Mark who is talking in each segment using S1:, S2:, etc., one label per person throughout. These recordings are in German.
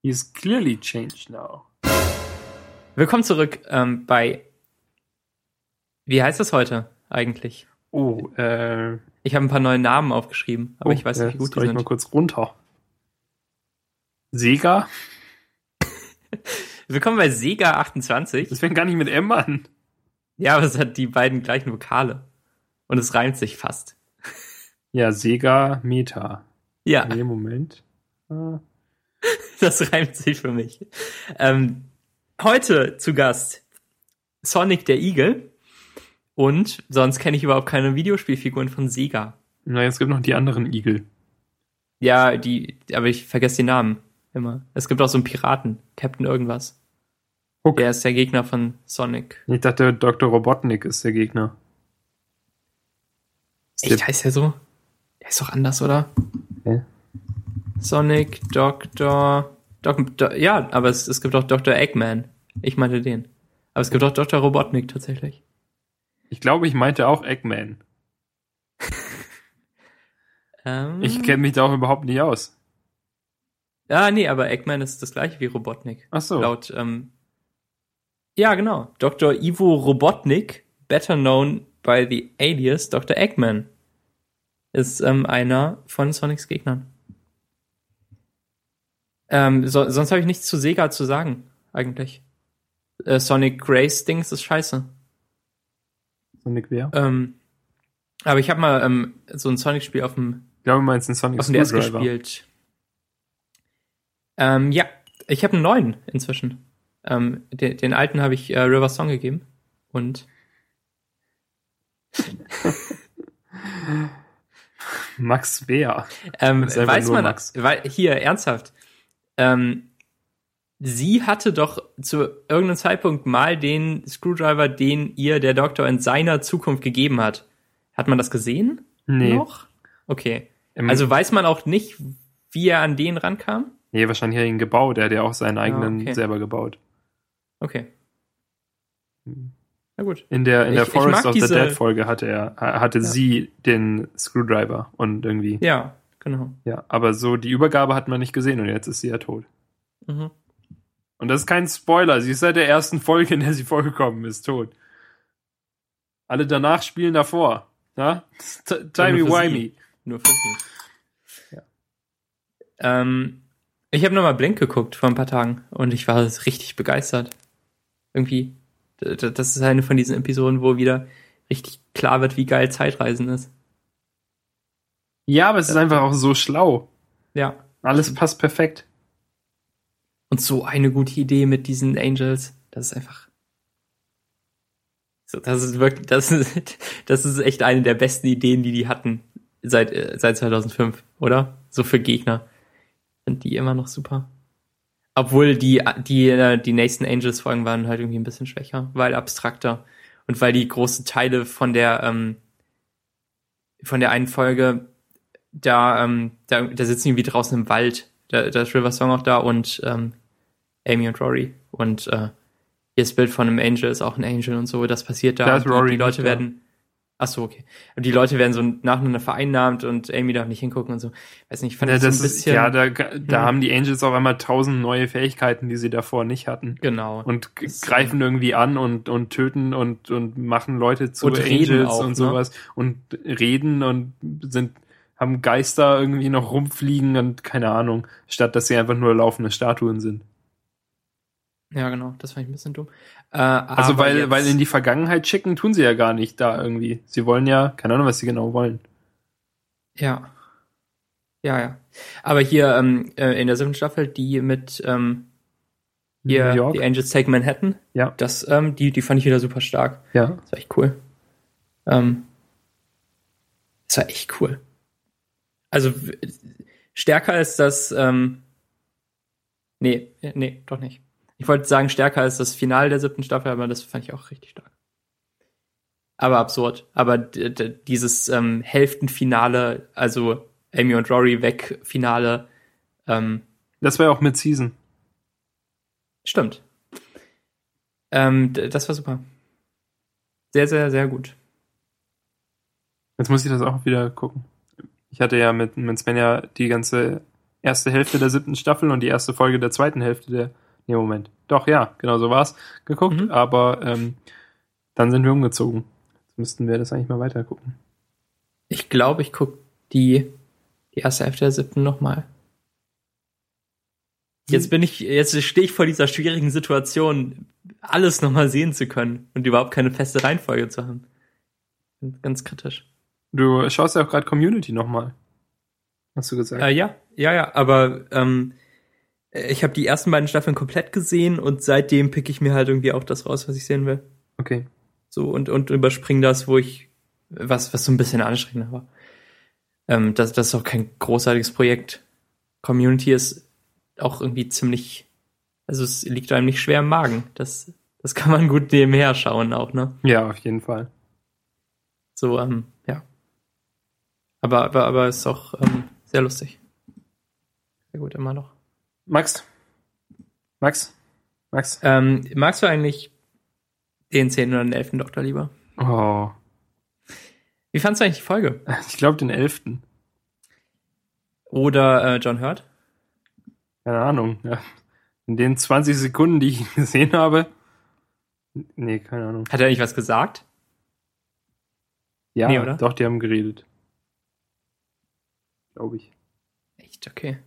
S1: He is clearly changed now.
S2: Willkommen zurück ähm, bei. Wie heißt das heute eigentlich?
S1: Oh, äh,
S2: Ich habe ein paar neue Namen aufgeschrieben, aber
S1: oh,
S2: ich weiß
S1: äh, jetzt
S2: nicht, wie gut die
S1: scroll ich mal
S2: sind.
S1: kurz runter. Sega?
S2: Willkommen bei Sega 28.
S1: Das fängt gar nicht mit M an.
S2: Ja, aber es hat die beiden gleichen Vokale. Und es reimt sich fast.
S1: Ja, Sega Meta.
S2: Ja,
S1: Nee, Moment. Äh,
S2: das reimt sich für mich. Ähm, heute zu Gast Sonic der Igel. Und sonst kenne ich überhaupt keine Videospielfiguren von Sega.
S1: Na, es gibt noch die anderen Igel.
S2: Ja, die, aber ich vergesse die Namen immer. Es gibt auch so einen Piraten, Captain irgendwas.
S1: Hook.
S2: Der ist der Gegner von Sonic.
S1: Ich dachte, Dr. Robotnik ist der Gegner. Ist
S2: Echt,
S1: der-
S2: heißt der so? Der ist doch anders, oder?
S1: Hä?
S2: Sonic, Dr. Doc, Do, ja, aber es, es gibt auch Dr. Eggman. Ich meinte den. Aber es gibt auch Dr. Robotnik tatsächlich.
S1: Ich glaube, ich meinte auch Eggman.
S2: Ähm,
S1: Ich kenne mich da auch überhaupt nicht aus.
S2: Ja, Ah, nee, aber Eggman ist das gleiche wie Robotnik.
S1: Ach so.
S2: Laut, ähm, ja, genau. Dr. Ivo Robotnik, better known by the alias Dr. Eggman, ist ähm, einer von Sonics Gegnern. Ähm, so, sonst habe ich nichts zu Sega zu sagen, eigentlich. Äh, Sonic Grace Dings ist scheiße.
S1: Sonic wer?
S2: Ähm, aber ich habe mal ähm, so ein Sonic-Spiel auf dem
S1: Ich glaube, du meinst den Sonic
S2: auf dem DS
S1: Screwdriver.
S2: gespielt. Ähm, ja, ich habe einen neuen inzwischen. Ähm, den, den alten habe ich äh, River Song gegeben. Und
S1: Max Wehr.
S2: ähm,
S1: Mit selber
S2: weiß
S1: nur
S2: man,
S1: Max.
S2: weil hier ernsthaft, ähm, sie hatte doch zu irgendeinem Zeitpunkt mal den Screwdriver, den ihr der Doktor in seiner Zukunft gegeben hat. Hat man das gesehen?
S1: Nee.
S2: Noch? Okay.
S1: Ähm,
S2: Also weiß man auch nicht, wie er an den rankam?
S1: nee, wahrscheinlich hat er ihn gebaut. Er hat ja auch seinen eigenen
S2: Ah, okay.
S1: selber gebaut.
S2: Okay.
S1: Hm.
S2: Na gut.
S1: In der, in der
S2: Ich- ich
S1: Forest
S2: mag
S1: of the
S2: diese-
S1: Dead Folge hatte er, ha- hatte
S2: Ja.
S1: sie den Screwdriver und irgendwie. Ja.
S2: Ja, genau.
S1: aber so die Übergabe hat man nicht gesehen und jetzt ist sie ja tot.
S2: Mhm.
S1: Und das ist kein Spoiler. Sie ist seit der ersten Folge, in der sie vorgekommen ist, tot. Alle danach spielen davor. Na? T- Timey
S2: für sie.
S1: Wimey.
S2: Nur für sie. Ähm, ich habe nochmal Blink geguckt vor ein paar Tagen und ich war richtig begeistert. Irgendwie. D- d- Das ist eine von diesen Episoden, wo wieder richtig klar wird, wie geil Zeitreisen ist.
S1: Ja, aber es ist einfach auch so schlau.
S2: Ja.
S1: Alles passt perfekt.
S2: Und so eine gute Idee mit diesen Angels. Das ist einfach. So, das ist wirklich, das ist, das ist echt eine der besten Ideen, die die hatten seit, äh, seit 2005, oder? So für Gegner. Sind die immer noch super. Obwohl die, die, äh, die nächsten Angels-Folgen waren halt irgendwie ein bisschen schwächer, weil abstrakter. Und weil die großen Teile von der, ähm, von der einen Folge, da, ähm, da, da sitzen die irgendwie draußen im Wald. Da, da ist River Song auch da und ähm, Amy und Rory. Und äh, hier das Bild von einem Angel ist auch ein Angel und so. Das passiert da.
S1: Da ist
S2: Und die,
S1: Rory
S2: die Leute
S1: nicht da.
S2: werden. Ach so, okay. Und die Leute werden so nacheinander vereinnahmt und Amy darf nicht hingucken und so. Weiß nicht, ich fand
S1: Ja,
S2: das,
S1: das
S2: so ein
S1: ist,
S2: bisschen. Mhm.
S1: ja, da, da
S2: Ja.
S1: haben die Angels auch einmal tausend neue Fähigkeiten, die sie davor nicht hatten.
S2: genau.
S1: Und g-
S2: Das-
S1: greifen irgendwie an und, und töten und, und machen Leute zu
S2: Und reden
S1: Angels
S2: auch,
S1: und
S2: ne?
S1: sowas. Und reden und sind, haben Geister irgendwie noch rumfliegen und keine Ahnung. Statt dass sie einfach nur laufende Statuen sind.
S2: Ja, genau, das fand ich ein bisschen dumm. Äh,
S1: Also
S2: aber
S1: weil,
S2: jetzt-
S1: weil in die Vergangenheit schicken tun sie ja gar nicht da irgendwie. Sie wollen ja, keine Ahnung, was sie genau wollen.
S2: Ja. Ja, ja. Aber hier ähm, äh, in der siebten Staffel, die mit ähm,
S1: New
S2: hier,
S1: York.
S2: die Angels Take Manhattan,
S1: Ja.
S2: das, ähm, die, die fand ich wieder super stark.
S1: Ja.
S2: Das war echt cool. Ähm, das war echt cool. Also w- stärker als das, ähm, nee, äh, nee, doch nicht. Ich wollte sagen, stärker als das Finale der siebten Staffel, aber das fand ich auch richtig stark. Aber absurd. Aber d- d- dieses ähm, Hälftenfinale, also Amy und Rory weg Finale, ähm,
S1: Das war ja auch mit Season.
S2: Stimmt. Ähm, d- das war super. Sehr, sehr, sehr gut.
S1: Jetzt muss ich das auch wieder gucken. Ich hatte ja mit, mit Svenja die ganze erste Hälfte der siebten Staffel und die erste Folge der zweiten Hälfte der. Nee, Moment. Doch, ja, genau so war's. Geguckt,
S2: Mhm.
S1: aber ähm, dann sind wir umgezogen. Jetzt müssten wir das eigentlich mal weitergucken.
S2: Ich glaube, ich gucke die, die erste Hälfte der siebten nochmal. Jetzt bin ich, jetzt stehe ich vor dieser schwierigen Situation, alles nochmal sehen zu können und überhaupt keine feste Reihenfolge zu haben. Ganz kritisch.
S1: Du schaust ja auch gerade Community nochmal. Hast du gesagt?
S2: Äh, ja, ja, ja, aber ähm, ich habe die ersten beiden Staffeln komplett gesehen und seitdem pick ich mir halt irgendwie auch das raus, was ich sehen will.
S1: Okay.
S2: So und, und überspringe das, wo ich, was, was so ein bisschen anstrengender war. Ähm, das, das ist auch kein großartiges Projekt. Community ist auch irgendwie ziemlich, also es liegt einem nicht schwer im Magen. Das, das kann man gut nebenher schauen auch, ne?
S1: Ja, auf jeden Fall.
S2: So, ähm, ja. Aber, aber, aber ist auch ähm, sehr lustig. Sehr gut, immer noch.
S1: Max? Max? Max?
S2: Ähm, magst du eigentlich den 10. oder den 11. Doktor lieber?
S1: Oh.
S2: Wie fandst du eigentlich die Folge?
S1: Ich glaube den elften.
S2: Oder äh, John Hurt?
S1: Keine Ahnung. Ja. In den 20 Sekunden, die ich gesehen habe. Nee, keine Ahnung.
S2: Hat er nicht was gesagt?
S1: Ja,
S2: Nee, oder?
S1: doch, die haben geredet. Glaube ich.
S2: Echt, okay.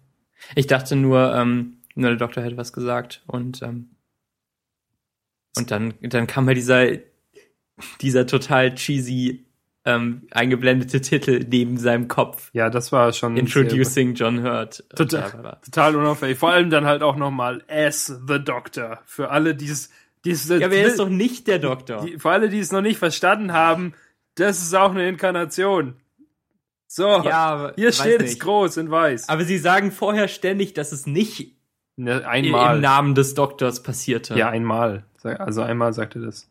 S2: Ich dachte nur, ähm, nur der Doktor hätte was gesagt und, ähm, und dann, dann kam halt dieser, dieser total cheesy ähm, eingeblendete Titel neben seinem Kopf.
S1: Ja, das war schon sehr-
S2: Introducing John Hurt.
S1: Total. total unauffällig. Vor allem dann halt auch nochmal as the Doctor. Für alle, die es die es-
S2: Ja, aber er ist doch nicht der Doktor.
S1: die, für alle, die es noch nicht verstanden haben, das ist auch eine Inkarnation. So,
S2: aber
S1: hier
S2: weiß
S1: steht es
S2: nicht.
S1: groß in weiß.
S2: Aber sie sagen vorher ständig, dass es nicht
S1: Ne,
S2: im
S1: einmal.
S2: Namen des Doktors passierte.
S1: Ja, einmal. Sag- Also einmal sagte das.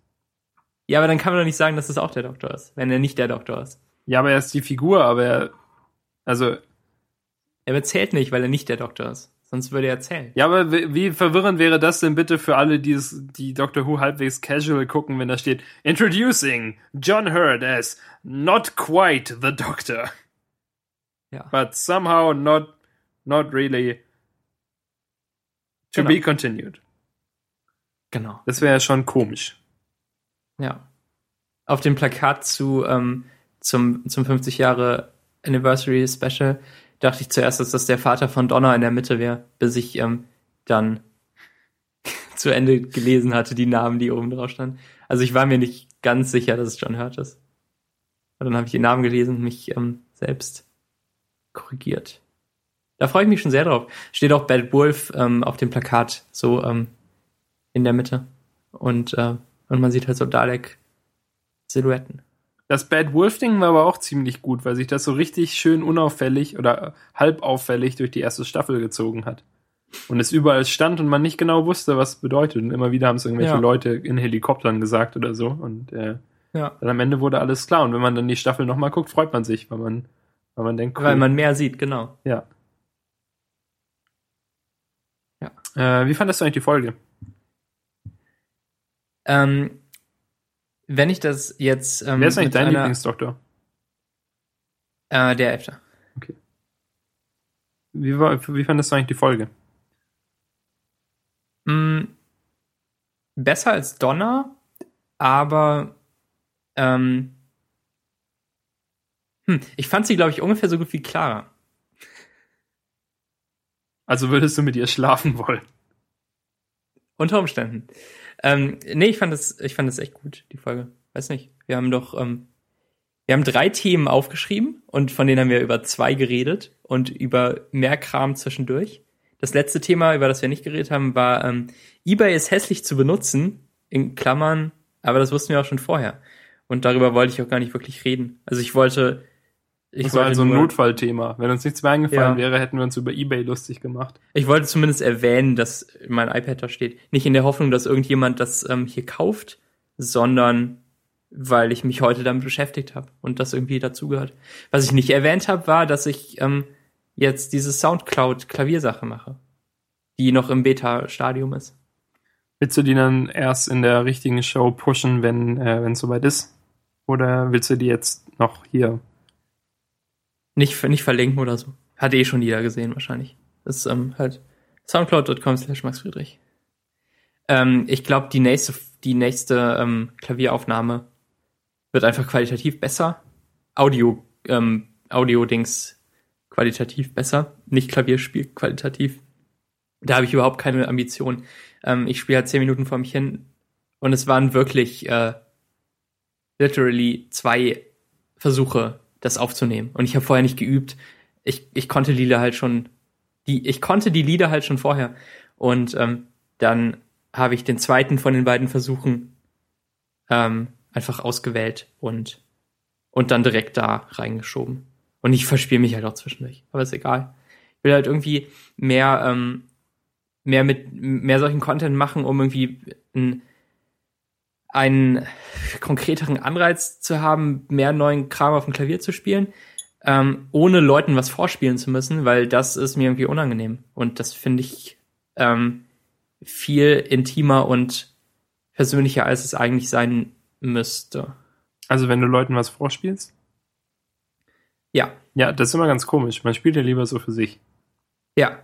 S2: ja, aber dann kann man doch nicht sagen, dass es auch der Doktor ist, wenn er nicht der Doktor ist.
S1: Ja, aber er ist die Figur, aber er. Also,
S2: Er zählt nicht, weil er nicht der Doktor ist. Sonst würde er zählen.
S1: ja, aber wie wie verwirrend wäre das denn bitte für alle, die, es, die Doctor Who halbwegs casual gucken, wenn da steht: Introducing John Hurt as not quite the Doctor,
S2: Ja.
S1: but somehow not, not really. To
S2: Genau.
S1: be continued.
S2: Genau.
S1: Das wäre ja schon komisch.
S2: Ja. Auf dem Plakat zu ähm, zum, zum 50 Jahre Anniversary Special dachte ich zuerst, dass das der Vater von Donna in der Mitte wäre, bis ich ähm, dann zu Ende gelesen hatte, die Namen, die oben drauf standen. Also ich war mir nicht ganz sicher, dass es John Hurt ist. Und dann habe ich den Namen gelesen und mich ähm, selbst korrigiert. Da freue ich mich schon sehr drauf. Steht auch Bad Wolf ähm, auf dem Plakat, so ähm, in der Mitte. Und, äh, und man sieht halt so Dalek-Silhouetten.
S1: Das Bad Wolf Ding war aber auch ziemlich gut, weil sich das so richtig schön unauffällig oder halb auffällig durch die erste Staffel gezogen hat. Und es überall stand und man nicht genau wusste, was es bedeutet. Und immer wieder haben es irgendwelche
S2: Ja.
S1: Leute in Helikoptern gesagt oder so. Und äh,
S2: Ja.
S1: dann am Ende wurde alles klar. Und wenn man dann die Staffel nochmal guckt, freut man sich, weil man, weil man denkt, cool.
S2: Weil man mehr sieht, genau.
S1: ja.
S2: Ja.
S1: Äh, wie fandest du eigentlich die Folge?
S2: Ähm, wenn ich das jetzt. Ähm,
S1: Wer ist eigentlich
S2: mit
S1: dein
S2: einer-
S1: Lieblingsdoktor?
S2: Äh, der Elfte.
S1: Wie, war, wie fandest du eigentlich die Folge?
S2: Mm, besser als Donner, aber. Ähm, hm, ich fand sie, glaube ich, ungefähr so gut wie Clara.
S1: Also würdest du mit ihr schlafen wollen?
S2: Unter Umständen. Ähm, nee, ich fand das, ich fand das echt gut, die Folge. Weiß nicht. Wir haben doch, ähm, wir haben drei Themen aufgeschrieben und von denen haben wir über zwei geredet und über mehr Kram zwischendurch. Das letzte Thema, über das wir nicht geredet haben, war, ähm, eBay ist hässlich zu benutzen, in Klammern, aber das wussten wir auch schon vorher. Und darüber wollte ich auch gar nicht wirklich reden. Also ich wollte, ich
S1: das war also ein
S2: nur-
S1: Notfallthema. Wenn uns nichts mehr eingefallen
S2: Ja.
S1: wäre, hätten wir uns über Ebay lustig gemacht.
S2: Ich wollte zumindest erwähnen, dass mein iPad da steht. Nicht in der Hoffnung, dass irgendjemand das ähm, hier kauft, sondern weil ich mich heute damit beschäftigt habe und das irgendwie dazugehört. Was ich nicht erwähnt habe, war, dass ich ähm, jetzt diese Soundcloud-Klaviersache mache, die noch im Beta-Stadium ist.
S1: Willst du die dann erst in der richtigen Show pushen, wenn äh, wenn es soweit ist? Oder willst du die jetzt noch hier?
S2: Nicht, nicht verlinken oder so. Hat eh schon jeder gesehen wahrscheinlich. Das ist ähm, halt soundcloud.com slash Max Friedrich. Ähm, ich glaube, die nächste, die nächste ähm, Klavieraufnahme wird einfach qualitativ besser. Audio, ähm, Audio-Dings qualitativ besser. Nicht Klavierspiel qualitativ. Da habe ich überhaupt keine Ambition. Ähm, ich spiele halt zehn Minuten vor mich hin und es waren wirklich äh, literally zwei Versuche, das aufzunehmen. Und ich habe vorher nicht geübt. Ich, ich konnte die Lieder halt schon, die, ich konnte die Lieder halt schon vorher. Und ähm, dann habe ich den zweiten von den beiden Versuchen ähm, einfach ausgewählt und, und dann direkt da reingeschoben. Und ich verspiele mich halt auch zwischendurch. Aber ist egal. Ich will halt irgendwie mehr, ähm, mehr mit, mehr solchen Content machen, um irgendwie ein, einen konkreteren Anreiz zu haben, mehr neuen Kram auf dem Klavier zu spielen, ähm, ohne Leuten was vorspielen zu müssen, weil das ist mir irgendwie unangenehm. Und das finde ich ähm, viel intimer und persönlicher, als es eigentlich sein müsste.
S1: Also wenn du Leuten was vorspielst?
S2: Ja,
S1: Ja, das ist immer ganz komisch. Man spielt ja lieber so für sich.
S2: ja.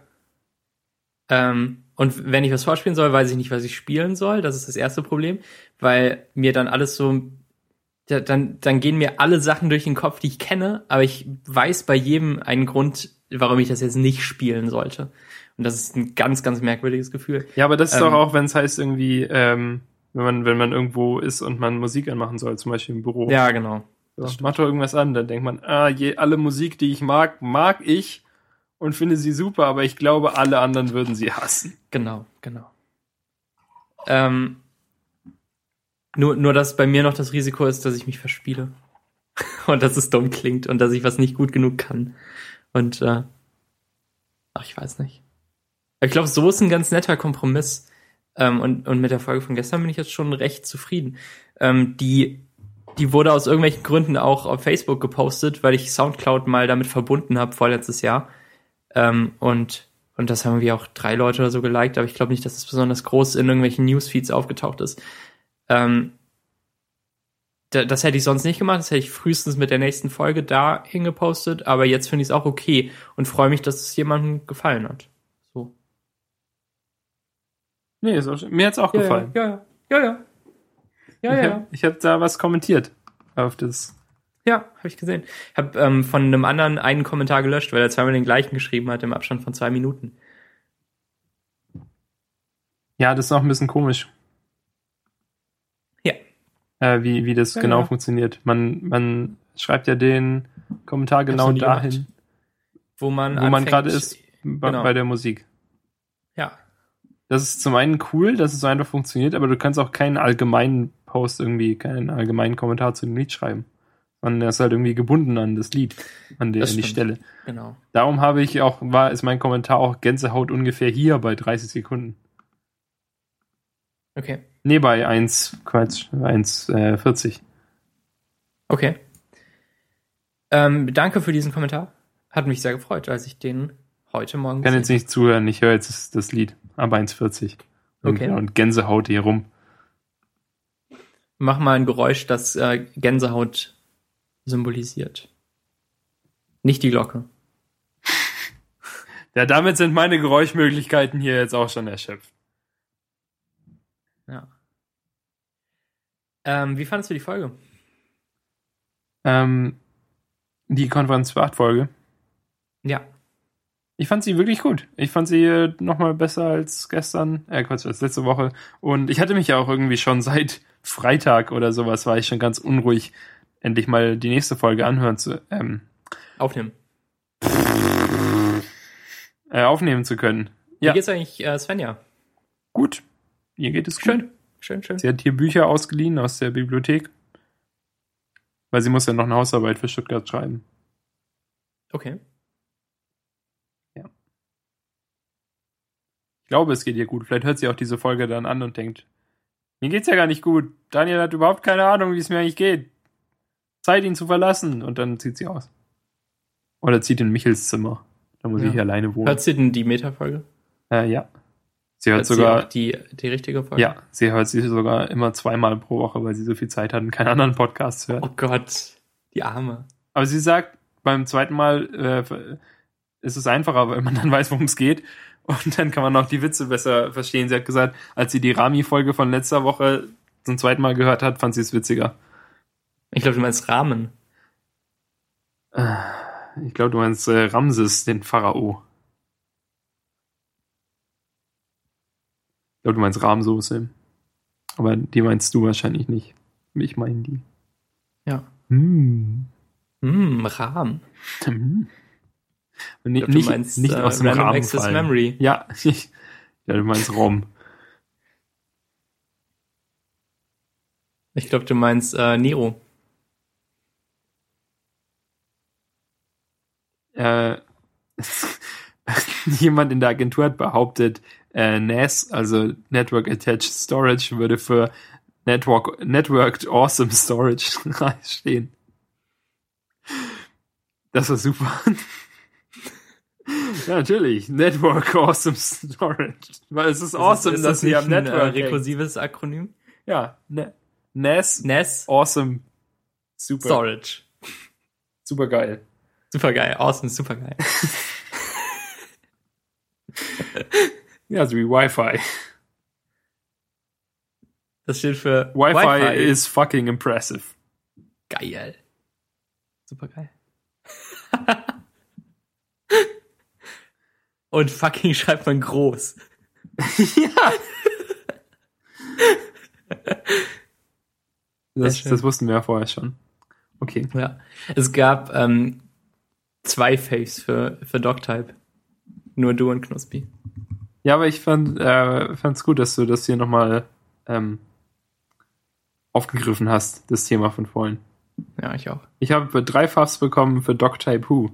S2: Ähm, und wenn ich was vorspielen soll, weiß ich nicht, was ich spielen soll. Das ist das erste Problem, weil mir dann alles so, da- dann, dann gehen mir alle Sachen durch den Kopf, die ich kenne, aber ich weiß bei jedem einen Grund, warum ich das jetzt nicht spielen sollte. Und das ist ein ganz, ganz merkwürdiges Gefühl.
S1: Ja, aber das ist
S2: Ähm.
S1: doch auch, wenn es heißt irgendwie, ähm, wenn man, wenn man irgendwo ist und man Musik anmachen soll, zum Beispiel im Büro.
S2: Ja, genau.
S1: so,
S2: das stimmt.
S1: macht doch irgendwas an, dann denkt man, ah, je, alle Musik, die ich mag, mag ich und finde sie super, aber ich glaube, alle anderen würden sie hassen.
S2: Genau, genau. Ähm, nur, nur, dass bei mir noch das Risiko ist, dass ich mich verspiele. und dass es dumm klingt und dass ich was nicht gut genug kann. Und, äh, ach, ich weiß nicht. Aber Ich glaube, so ist ein ganz netter Kompromiss. Ähm, und, und mit der Folge von gestern bin ich jetzt schon recht zufrieden. Ähm, die, die wurde aus irgendwelchen Gründen auch auf Facebook gepostet, weil ich Soundcloud mal damit verbunden habe vorletztes Jahr. Ähm, und, und das haben irgendwie auch drei Leute oder so geliked, aber ich glaube nicht, dass es besonders groß in irgendwelchen Newsfeeds aufgetaucht ist. Ähm, da, das hätte ich sonst nicht gemacht, das hätte ich frühestens mit der nächsten Folge da hingepostet, aber jetzt finde ich es auch okay und freue mich, dass es jemandem gefallen hat. So.
S1: Nee, ist auch, mir hat's auch gefallen.
S2: Ja, ja, ja. Ja, ja.
S1: ich
S2: ja,
S1: habe hab da was kommentiert auf das.
S2: Ja, habe ich gesehen. Ich habe ähm, von einem anderen einen Kommentar gelöscht, weil er zweimal den gleichen geschrieben hat im Abstand von zwei Minuten.
S1: Ja, das ist auch ein bisschen komisch.
S2: Ja.
S1: Äh, wie, wie das
S2: Ja,
S1: genau
S2: ja.
S1: funktioniert. Man, man schreibt ja den Kommentar genau
S2: noch nie
S1: dahin,
S2: gemacht. Wo man,
S1: wo man
S2: anfängt-
S1: gerade ist bei-
S2: genau.
S1: bei der Musik.
S2: Ja,
S1: Das ist zum einen cool, dass es so einfach funktioniert, aber du kannst auch keinen allgemeinen Post irgendwie, keinen allgemeinen Kommentar zu dem Lied schreiben. Sondern er ist halt irgendwie gebunden an das Lied, an, der,
S2: Das
S1: an die Stelle.
S2: stimmt. genau.
S1: Darum habe ich auch, war, ist mein Kommentar auch Gänsehaut ungefähr hier bei 30 Sekunden.
S2: Okay.
S1: Nee, bei 1, Quatsch, 1, äh, 40.
S2: Okay. Ähm, danke für diesen Kommentar. Hat mich sehr gefreut, als ich den heute Morgen
S1: Ich kann jetzt
S2: gesehen
S1: nicht zuhören, ich höre jetzt das, das Lied, aber 1,40. Und,
S2: Okay.
S1: und Gänsehaut hier rum.
S2: habe. Mach mal ein Geräusch, das äh, Gänsehaut symbolisiert. Nicht die Glocke.
S1: Ja, damit sind meine Geräuschmöglichkeiten hier jetzt auch schon erschöpft.
S2: Ja. Ähm, wie fandest du die Folge?
S1: Ähm, die Konferenz 8 Folge.
S2: Ja.
S1: Ich fand sie wirklich gut. Ich fand sie äh, noch mal besser als gestern, äh, Quatsch, als letzte Woche. Und ich hatte mich ja auch irgendwie schon seit Freitag oder sowas war ich schon ganz unruhig, endlich mal die nächste Folge anhören zu, ähm,
S2: Aufnehmen.
S1: äh, aufnehmen zu können.
S2: Wie
S1: Ja.
S2: geht's eigentlich äh, Svenja?
S1: Gut. Ihr geht es
S2: Schön.
S1: gut.
S2: Schön, schön.
S1: Sie hat hier Bücher ausgeliehen aus der Bibliothek. Weil sie muss ja noch eine Hausarbeit für Stuttgart schreiben.
S2: Okay.
S1: Ich glaube, es geht ihr gut. Vielleicht hört sie auch diese Folge dann an und denkt, mir geht's ja gar nicht gut. Daniel hat überhaupt keine Ahnung, wie es mir eigentlich geht. Zeit, ihn zu verlassen. Und dann zieht sie aus. Oder zieht in Michels Zimmer. Da muss
S2: Ja.
S1: ich hier alleine wohnen.
S2: Hört sie denn die Meta-Folge?
S1: Äh, ja. Sie hört,
S2: sie
S1: sogar,
S2: auch die, die richtige Folge?
S1: ja, sie hört sie sogar immer zweimal pro Woche, weil sie so viel Zeit hat und keinen anderen Podcast zu hören.
S2: Oh Gott. Die Arme.
S1: Aber sie sagt beim zweiten Mal, äh, ist es einfacher, weil man dann weiß, worum es geht. Und dann kann man auch die Witze besser verstehen. Sie hat gesagt, als sie die Rami-Folge von letzter Woche zum zweiten Mal gehört hat, fand sie es witziger.
S2: Ich glaube, du meinst Rahmen.
S1: Ich glaube, du meinst äh, Ramses, den Pharao. Ich glaube, du meinst Rahmsoße. Aber die meinst du wahrscheinlich nicht. Ich meine die.
S2: Ja.
S1: Hm.
S2: Hm, Rahmen.
S1: Hm. Und Nicht,
S2: Ich glaub, du
S1: nicht,
S2: meinst,
S1: nicht
S2: äh,
S1: aus dem
S2: Random
S1: Rahmen
S2: Access
S1: fallen.
S2: Memory.
S1: Ja, ich, ja, du meinst Rom.
S2: Ich glaube, du meinst äh, Nero.
S1: äh, jemand in der Agentur hat behauptet, äh, NAS, also Network Attached Storage, würde für Network, Networked Awesome Storage stehen. Das war super. ja, natürlich. Network Awesome Storage. Weil es ist awesome,
S2: ist,
S1: dass sie am
S2: nicht ein,
S1: Network
S2: äh,
S1: hängt.
S2: rekursives Akronym?
S1: Ja, ne, NAS
S2: NAS
S1: Awesome Super.
S2: E Storage.
S1: Super geil.
S2: Super geil. Awesome, super geil.
S1: Ja, so wie Wi-Fi.
S2: Das steht für
S1: Wi-Fi, Wi-Fi is fucking impressive.
S2: geil. Super geil. Und fucking schreibt man groß.
S1: Ja. Das,
S2: Sehr schön.
S1: das wussten wir ja vorher schon. Okay.
S2: Ja. Es gab ähm, zwei Faves für, für Dogtype. Nur du und Knuspi.
S1: Ja, aber ich fand äh, fand's gut, dass du das hier nochmal ähm, aufgegriffen hast, das Thema von vorhin.
S2: Ja, ich auch.
S1: Ich habe drei Fafs bekommen für Doctype Who.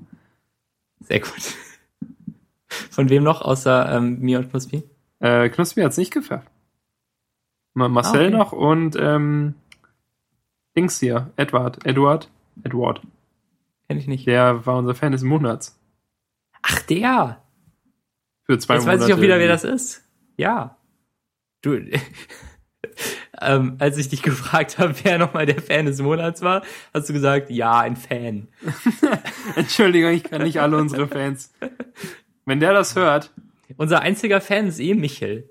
S2: Sehr gut. Von wem noch außer ähm, mir und Knuspi?
S1: Äh, Knuspi hat's nicht gefärbt. Ma Marcel
S2: Ah, okay.
S1: noch und ähm, Dings hier, Edward, Edward, Edward.
S2: Kenn ich nicht.
S1: Der war unser Fan des Monats.
S2: Ach, der!
S1: Für zwei
S2: Jetzt
S1: Monate.
S2: weiß ich auch wieder, wer
S1: irgendwie.
S2: das ist. Ja. Du, ähm, als ich dich gefragt habe, wer nochmal der Fan des Monats war, hast du gesagt, ja, ein Fan.
S1: Entschuldigung, ich kann nicht alle unsere Fans. Wenn der das hört,
S2: Unser einziger Fan ist eh Michel.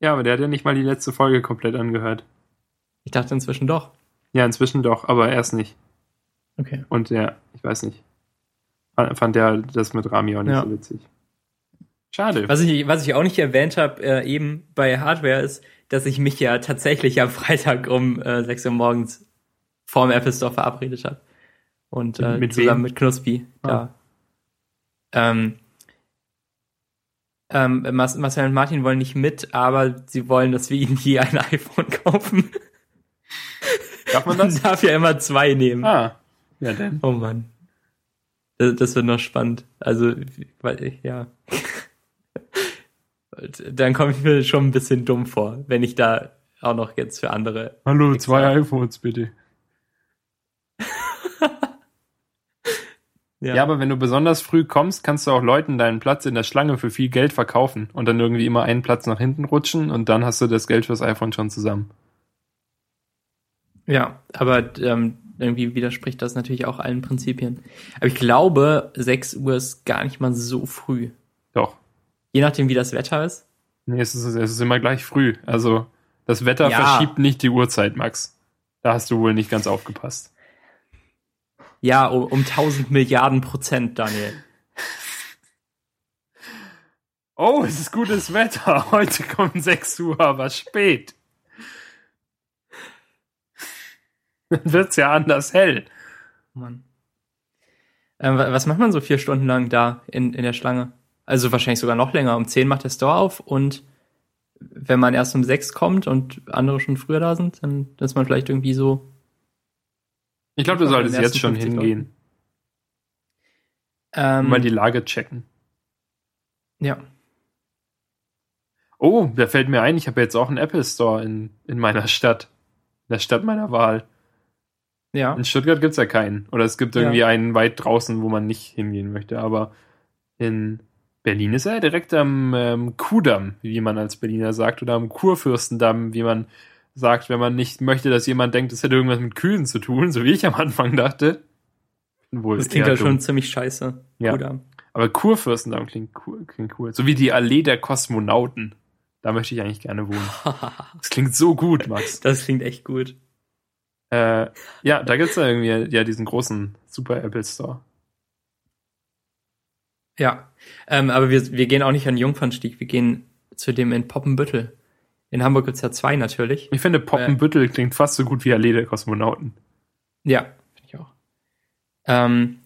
S1: ja, aber der hat ja nicht mal die letzte Folge komplett angehört.
S2: Ich dachte inzwischen doch.
S1: Ja, inzwischen doch, aber erst nicht.
S2: Okay.
S1: Und der, ich weiß nicht. Fand fand der das mit Rami auch nicht
S2: Ja.
S1: so witzig. Schade.
S2: Was ich, was ich auch nicht erwähnt habe äh, eben bei Hardware ist, dass ich mich ja tatsächlich am Freitag um äh, 6 Uhr morgens vorm Apple Store verabredet habe. Und äh,
S1: Mit wem?
S2: zusammen mit Knuspi.
S1: Ah.
S2: Da. Ähm, ähm, Mas- Marcel und Martin wollen nicht mit, aber sie wollen, dass wir ihnen je ein iPhone kaufen.
S1: Darf man
S2: Man
S1: das?
S2: darf ja immer zwei nehmen.
S1: Ah. Ja, dann.
S2: Oh Mann. Das, das wird noch spannend. Also, weil ich, ja. Dann komme ich mir schon ein bisschen dumm vor, wenn ich da auch noch jetzt für andere.
S1: Hallo, zwei iPhones bitte. Ja. aber wenn du besonders früh kommst, kannst du auch Leuten deinen Platz in der Schlange für viel Geld verkaufen und dann irgendwie immer einen Platz nach hinten rutschen und dann hast du das Geld fürs iPhone schon zusammen.
S2: Ja, aber ähm, irgendwie widerspricht das natürlich auch allen Prinzipien. Aber ich glaube, 6 Uhr ist gar nicht mal so früh.
S1: Doch.
S2: Je nachdem, wie das Wetter ist.
S1: Nee, es ist, es ist immer gleich früh. Also das Wetter
S2: Ja.
S1: verschiebt nicht die Uhrzeit, Max. Da hast du wohl nicht ganz aufgepasst.
S2: Ja, um, um 1000 Milliarden Prozent, Daniel.
S1: Oh, es ist gutes Wetter. Heute kommen 6 Uhr, aber spät. Dann wird's ja anders hell.
S2: Mann. Ähm, wa- was macht man so vier Stunden lang da in, in der Schlange? Also wahrscheinlich sogar noch länger. Um zehn macht der Store auf und wenn man erst um sechs kommt und andere schon früher da sind, dann ist man vielleicht irgendwie so.
S1: Ich glaube, du
S2: Von den
S1: solltest jetzt
S2: ersten
S1: schon
S2: 50
S1: hingehen.
S2: Ähm,
S1: Mal die Lage checken.
S2: ja.
S1: Oh, da fällt mir ein, ich habe jetzt auch einen Apple Store in, in meiner Stadt. In der Stadt meiner Wahl.
S2: Ja.
S1: In Stuttgart gibt's ja keinen. Oder es gibt
S2: Ja.
S1: irgendwie einen weit draußen, wo man nicht hingehen möchte. Aber in Berlin ist er ja direkt am ähm, Kuhdamm, wie man als Berliner sagt, oder am Kurfürstendamm, wie man sagt, wenn man nicht möchte, dass jemand denkt, es hätte irgendwas mit Kühen zu tun, so wie ich am Anfang dachte. Wohl
S2: Das klingt
S1: eher
S2: ja schon
S1: dumm.
S2: ziemlich scheiße.
S1: Ja.
S2: Oder?
S1: Aber Kurfürstendamm klingt cool, klingt cool. So wie die Allee der Kosmonauten. Da möchte ich eigentlich gerne wohnen. Das klingt so gut, Max.
S2: das klingt echt gut.
S1: Äh, ja, da gibt's ja irgendwie ja diesen großen Super Apple Store.
S2: Ja. Ähm, aber wir, wir gehen auch nicht an Jungfernstieg, wir gehen zu dem in Poppenbüttel. In Hamburg gibt's ja zwei natürlich.
S1: Ich finde, Poppenbüttel klingt fast so gut wie Allee der Kosmonauten.
S2: Ja, finde ich auch. Ähm,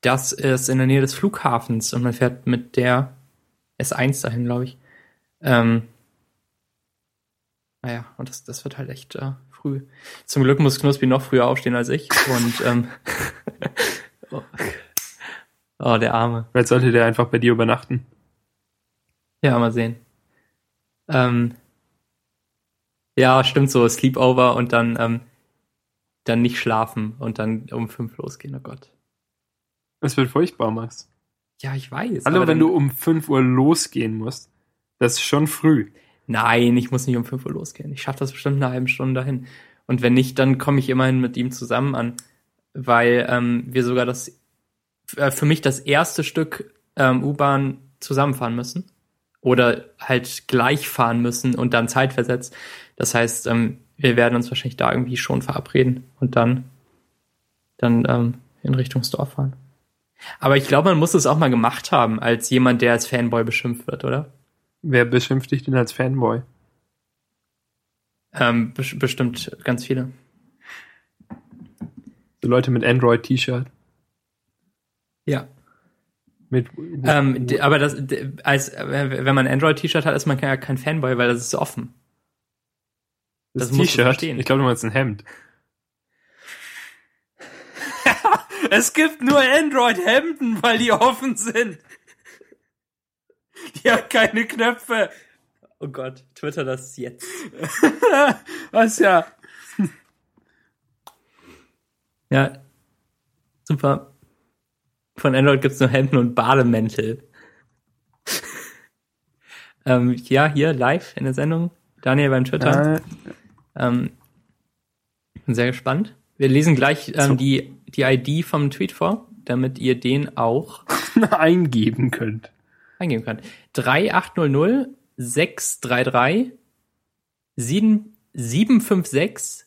S2: das ist in der Nähe des Flughafens und man fährt mit der S1 dahin, glaube ich. Ähm, naja, und das, das wird halt echt äh, früh. Zum Glück muss Knuspi noch früher aufstehen als ich. Und ähm, oh. oh, der Arme.
S1: Vielleicht sollte der einfach bei dir übernachten.
S2: Ja, mal sehen. Ähm, ja, stimmt so, Sleepover und dann, ähm, dann nicht schlafen und dann um fünf losgehen, oh Gott.
S1: Das wird furchtbar, Max.
S2: Ja, ich weiß.
S1: Hallo,
S2: aber
S1: wenn
S2: dann-
S1: du um 5 Uhr losgehen musst. Das ist schon früh.
S2: Nein, ich muss nicht um 5 Uhr losgehen. Ich schaffe das bestimmt in einer halben Stunde dahin. Und wenn nicht, dann komme ich immerhin mit ihm zusammen an, weil ähm, wir sogar das äh, für mich das erste Stück ähm, U-Bahn zusammenfahren müssen. Oder halt gleich fahren müssen und dann zeitversetzt. Das heißt, ähm, wir werden uns wahrscheinlich da irgendwie schon verabreden und dann, dann ähm, in Richtung Dorf fahren. Aber ich glaube, man muss es auch mal gemacht haben, als jemand, der als Fanboy beschimpft wird, oder?
S1: Wer beschimpft dich denn als Fanboy?
S2: Ähm, bes- bestimmt ganz viele.
S1: So Leute mit Android-T-Shirt.
S2: Ja.
S1: Mit,
S2: Ähm, d- aber das, d- als, äh, wenn man ein Android-T-Shirt hat, ist man ja kein Fanboy, weil das ist offen.
S1: das
S2: das musst du
S1: T-Shirt.
S2: verstehen.
S1: Ich glaube, du meinst ein Hemd. es gibt nur Android-Hemden, weil die offen sind. Die haben keine Knöpfe.
S2: Oh Gott, Twitter das jetzt.
S1: Was ja.
S2: Ja. Super. Von Android gibt's nur Hemden und Bademäntel. ähm, ja, hier live in der Sendung. Daniel beim Twitter.
S1: Äh,
S2: Ähm, bin sehr gespannt. Wir lesen gleich ähm,
S1: So.
S2: die, die ID vom Tweet vor, damit ihr den auch
S1: eingeben könnt.
S2: eingeben kann. 3800 633 7, 756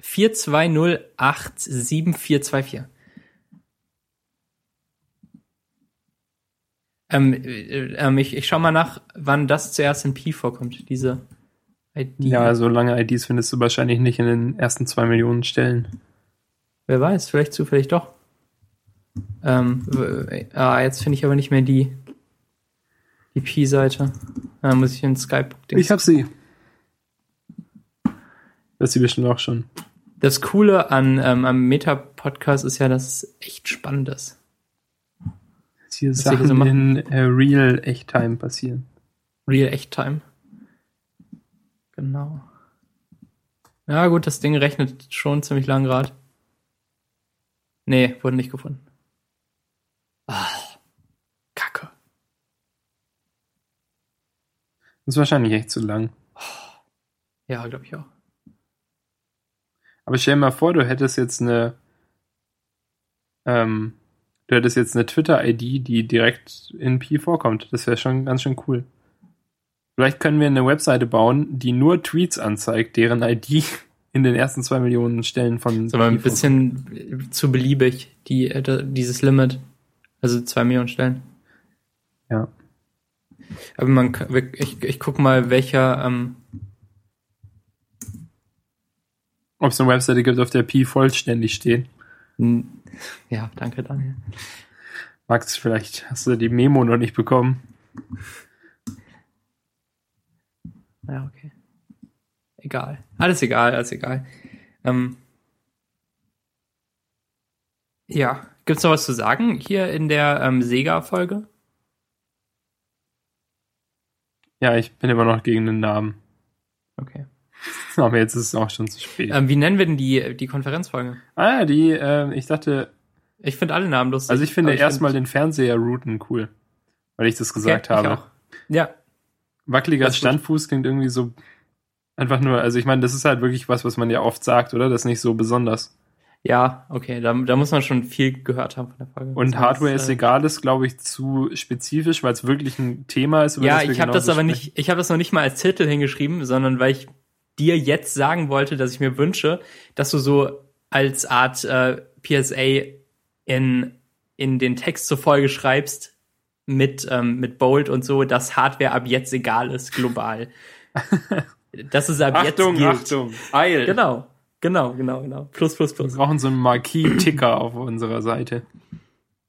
S2: 4208 7424. Ähm, äh, ähm, ich, ich schau mal nach, wann das zuerst in Pi vorkommt, diese ID.
S1: Ja, so lange IDs findest du wahrscheinlich nicht in den ersten zwei Millionen Stellen.
S2: Wer weiß, vielleicht zufällig doch. Ähm, w- ah, jetzt finde ich aber nicht mehr die, die Pi-Seite. Da muss ich in Skype.
S1: Ich hab sie. Das ist sie bestimmt auch schon.
S2: Das Coole an, ähm, am Meta-Podcast ist ja, dass es echt spannend ist.
S1: Hier
S2: ich hier
S1: Sachen
S2: so machen?
S1: in äh, Real Echttime passieren.
S2: Real Echttime. Genau. Ja, gut, das Ding rechnet schon ziemlich lang gerade. Nee, wurde nicht gefunden. Ah, Kacke.
S1: Das ist wahrscheinlich echt zu lang.
S2: Ja, glaube ich auch.
S1: Aber stell dir mal vor, du hättest jetzt eine, ähm, du hättest jetzt eine Twitter-ID, die direkt in Pi vorkommt. Das wäre schon ganz schön cool. Vielleicht können wir eine Webseite bauen, die nur Tweets anzeigt, deren ID in den ersten zwei Millionen Stellen von.
S2: Ist aber
S1: Pi
S2: ein
S1: vorkommt.
S2: bisschen zu beliebig, die, äh, da- dieses Limit. Also zwei Millionen Stellen.
S1: Ja.
S2: Aber man kann, wir- ich, ich guck mal, welcher, ähm,
S1: Ob es eine Webseite gibt, auf der Pi vollständig steht.
S2: n- ja, danke, Daniel.
S1: Max, vielleicht hast du die Memo noch nicht bekommen.
S2: Ja, okay. Egal. Alles egal, alles egal. Ähm, ja, gibt's noch was zu sagen hier in der ähm, Sega-Folge?
S1: Ja, ich bin immer noch gegen den Namen.
S2: Okay.
S1: Aber jetzt ist es auch schon zu spät.
S2: Ähm, wie nennen wir denn die, die Konferenzfolge?
S1: ah ja, die, äh, ich dachte,
S2: Ich finde alle Namen lustig.
S1: Also ich finde
S2: aber
S1: erstmal
S2: find-
S1: den Fernseher routen cool, weil ich das gesagt
S2: Okay, ich
S1: habe.
S2: auch. Ja,
S1: Wackeliger
S2: Das ist gut.
S1: Standfuß klingt irgendwie so einfach nur, also ich meine, das ist halt wirklich was, was man ja oft sagt, oder? Das ist nicht so besonders.
S2: Ja, okay, da, da muss man schon viel gehört haben von der Folge.
S1: Und
S2: Das
S1: Hardware
S2: ist,
S1: ist
S2: äh,
S1: egal, ist, glaube ich, zu spezifisch, weil es wirklich ein Thema ist. über
S2: Ja,
S1: wir
S2: ich habe
S1: genau
S2: das aber
S1: sprechen.
S2: nicht, ich habe das noch nicht mal als Titel hingeschrieben, sondern weil ich dir jetzt sagen wollte, dass ich mir wünsche, dass du so als Art äh, PSA in, in den Text zur Folge schreibst mit, ähm, mit Bold und so, dass Hardware ab jetzt egal ist, global. das ist ab
S1: Achtung,
S2: jetzt gilt.
S1: Achtung, Mhm. Eil.
S2: Genau, genau, genau, genau. Plus, plus,
S1: Wir
S2: plus.
S1: brauchen so einen Marquis-Ticker auf unserer Seite.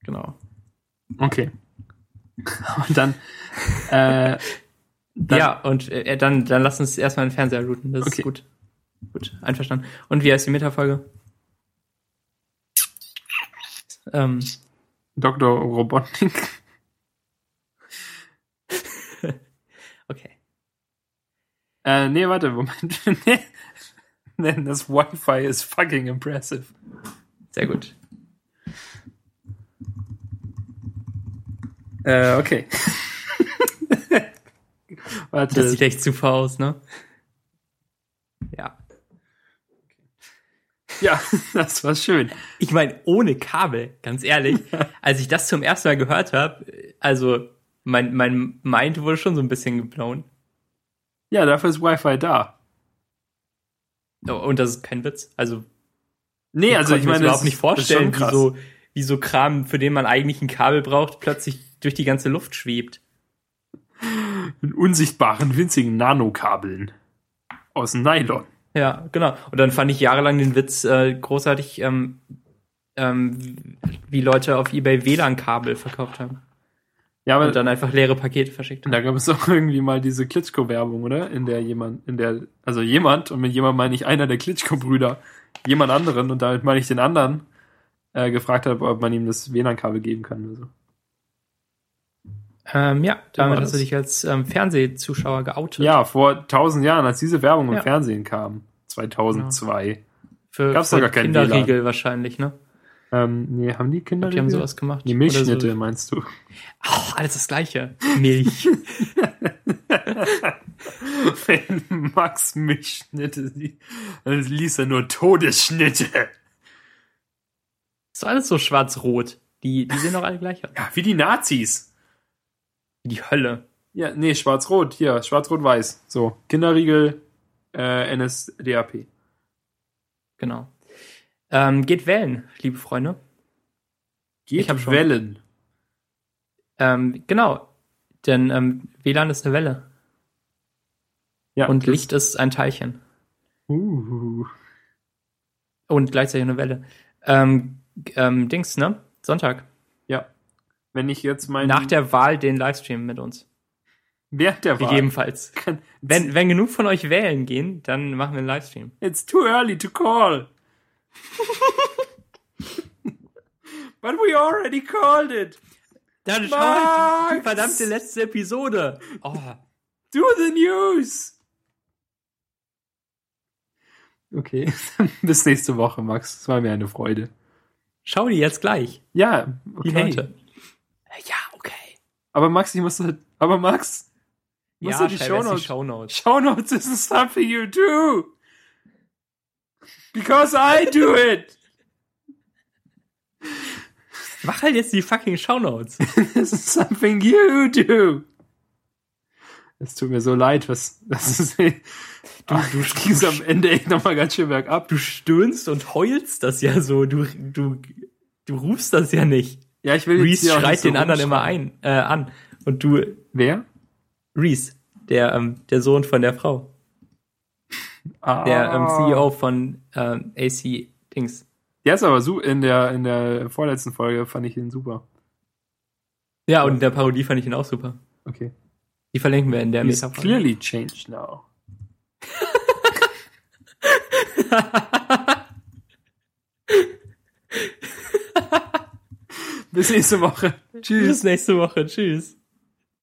S2: Genau.
S1: Okay. Und dann, äh, dann
S2: ja, und äh, dann, dann lass uns erstmal den Fernseher routen. Das
S1: Okay.
S2: ist gut. Gut, einverstanden. Und wie heißt die Metafolge? Ähm,
S1: Dr. Robotnik.
S2: okay.
S1: Äh, nee, warte, Moment. Nee. Nein, das Wi-Fi ist fucking impressive.
S2: Sehr gut.
S1: Äh, okay. warte.
S2: Das sieht echt super aus, ne? Ja.
S1: ja, das war schön.
S2: Ich meine, ohne Kabel, ganz ehrlich, als ich das zum ersten Mal gehört habe, also mein, mein Mind wurde schon so ein bisschen geblown.
S1: Ja, dafür ist Wi-Fi da.
S2: Oh, Und das ist kein Witz. Also
S1: Nee, also ich
S2: konnte mir das
S1: meine,
S2: überhaupt nicht vorstellen,
S1: das ist schon krass.
S2: wie so, wie so Kram, für den man eigentlich ein Kabel braucht, plötzlich durch die ganze Luft schwebt.
S1: in unsichtbaren, winzigen Nanokabeln aus Nylon.
S2: Ja, genau. Und dann fand ich jahrelang den Witz äh, großartig, ähm, ähm, wie Leute auf eBay WLAN-Kabel verkauft haben
S1: Ja, aber
S2: und dann einfach leere Pakete verschickt haben.
S1: da gab es auch irgendwie mal diese Klitschko-Werbung, oder? In der jemand, in der, also jemand, und mit jemand meine ich einer der Klitschko-Brüder, jemand anderen, und damit meine ich den anderen, äh, gefragt hat, ob man ihm das WLAN-Kabel geben kann oder so.
S2: Ähm, ja, damit
S1: war
S2: hast du
S1: das.
S2: dich als ähm, Fernsehzuschauer geoutet.
S1: Ja, vor tausend Jahren, als diese Werbung im
S2: Ja.
S1: Fernsehen kam, 2002.
S2: für,
S1: gab's
S2: für
S1: doch gar keinen
S2: Kinderriegel wahrscheinlich, ne?
S1: Ähm, nee, haben die
S2: Ich
S1: Kinder
S2: glaub, die haben sowas gemacht.
S1: Die
S2: Oder
S1: Milchschnitte,
S2: So.
S1: meinst du?
S2: Ach, alles das Gleiche. Milch.
S1: Wenn Max Milchschnitte sieht, dann liest er nur Todesschnitte.
S2: ist doch alles so schwarz-rot. Die, die sehen doch alle gleich aus.
S1: Ja, wie die Nazis.
S2: Die Hölle.
S1: Ja, nee, schwarz-rot, hier, schwarz-rot-weiß. So, Kinderriegel, äh, NSDAP.
S2: Genau. Ähm, geht wählen, liebe Freunde.
S1: Geht
S2: Ich hab schon.
S1: Wellen.
S2: Ähm, genau. Denn ähm, WLAN ist eine Welle
S1: Ja,
S2: und
S1: das-
S2: Licht ist ein Teilchen
S1: Uh,
S2: und gleichzeitig eine Welle. Ähm, g- ähm, Dings, ne? Sonntag.
S1: ja. Wenn ich jetzt meinen...
S2: Nach der Wahl den Livestream mit uns.
S1: Während der Wahl...
S2: Gegebenenfalls.
S1: Kann,
S2: Wenn, wenn genug von euch wählen gehen, dann machen wir einen Livestream.
S1: It's too early to call. But we already called it.
S2: Dann
S1: Max!
S2: schaut die verdammte letzte Episode. Oh,
S1: Do the news. Okay, bis nächste Woche, Max. Es war mir eine Freude.
S2: schau die jetzt gleich.
S1: Ja,
S2: Die
S1: okay.
S2: Leute. Ja, okay.
S1: Aber Max, ich musste. Aber Max, ich
S2: Ja,
S1: musste die
S2: schreib
S1: Show
S2: jetzt die
S1: Notes.
S2: Shownotes.
S1: Show Notes is something you do. Because I do it.
S2: Mach halt jetzt die fucking Shownotes.
S1: This is something you do. Es tut mir so leid, was das ist. Du, du ging's am Ende echt nochmal ganz schön bergab.
S2: du stöhnst und heulst das ja so. Du, du, du rufst das ja nicht.
S1: Ja, ich will jetzt
S2: Reese
S1: hier auch nicht
S2: schreit
S1: so
S2: den anderen immer
S1: rumschreien.
S2: ein, äh, an. Und du,
S1: Wer?
S2: Reese, der, ähm, der Sohn von der Frau,
S1: Ah,
S2: der ähm, CEO von ähm, AC Dings.
S1: Der ist aber so in der in der vorletzten Folge fand ich ihn super.
S2: Ja, und in der Parodie fand ich ihn auch super.
S1: Okay.
S2: Die verlinken wir in der
S1: He's
S2: Metaphor.
S1: clearly changed now. Bis nächste Woche. Tschüss.
S2: Bis nächste Woche. Tschüss.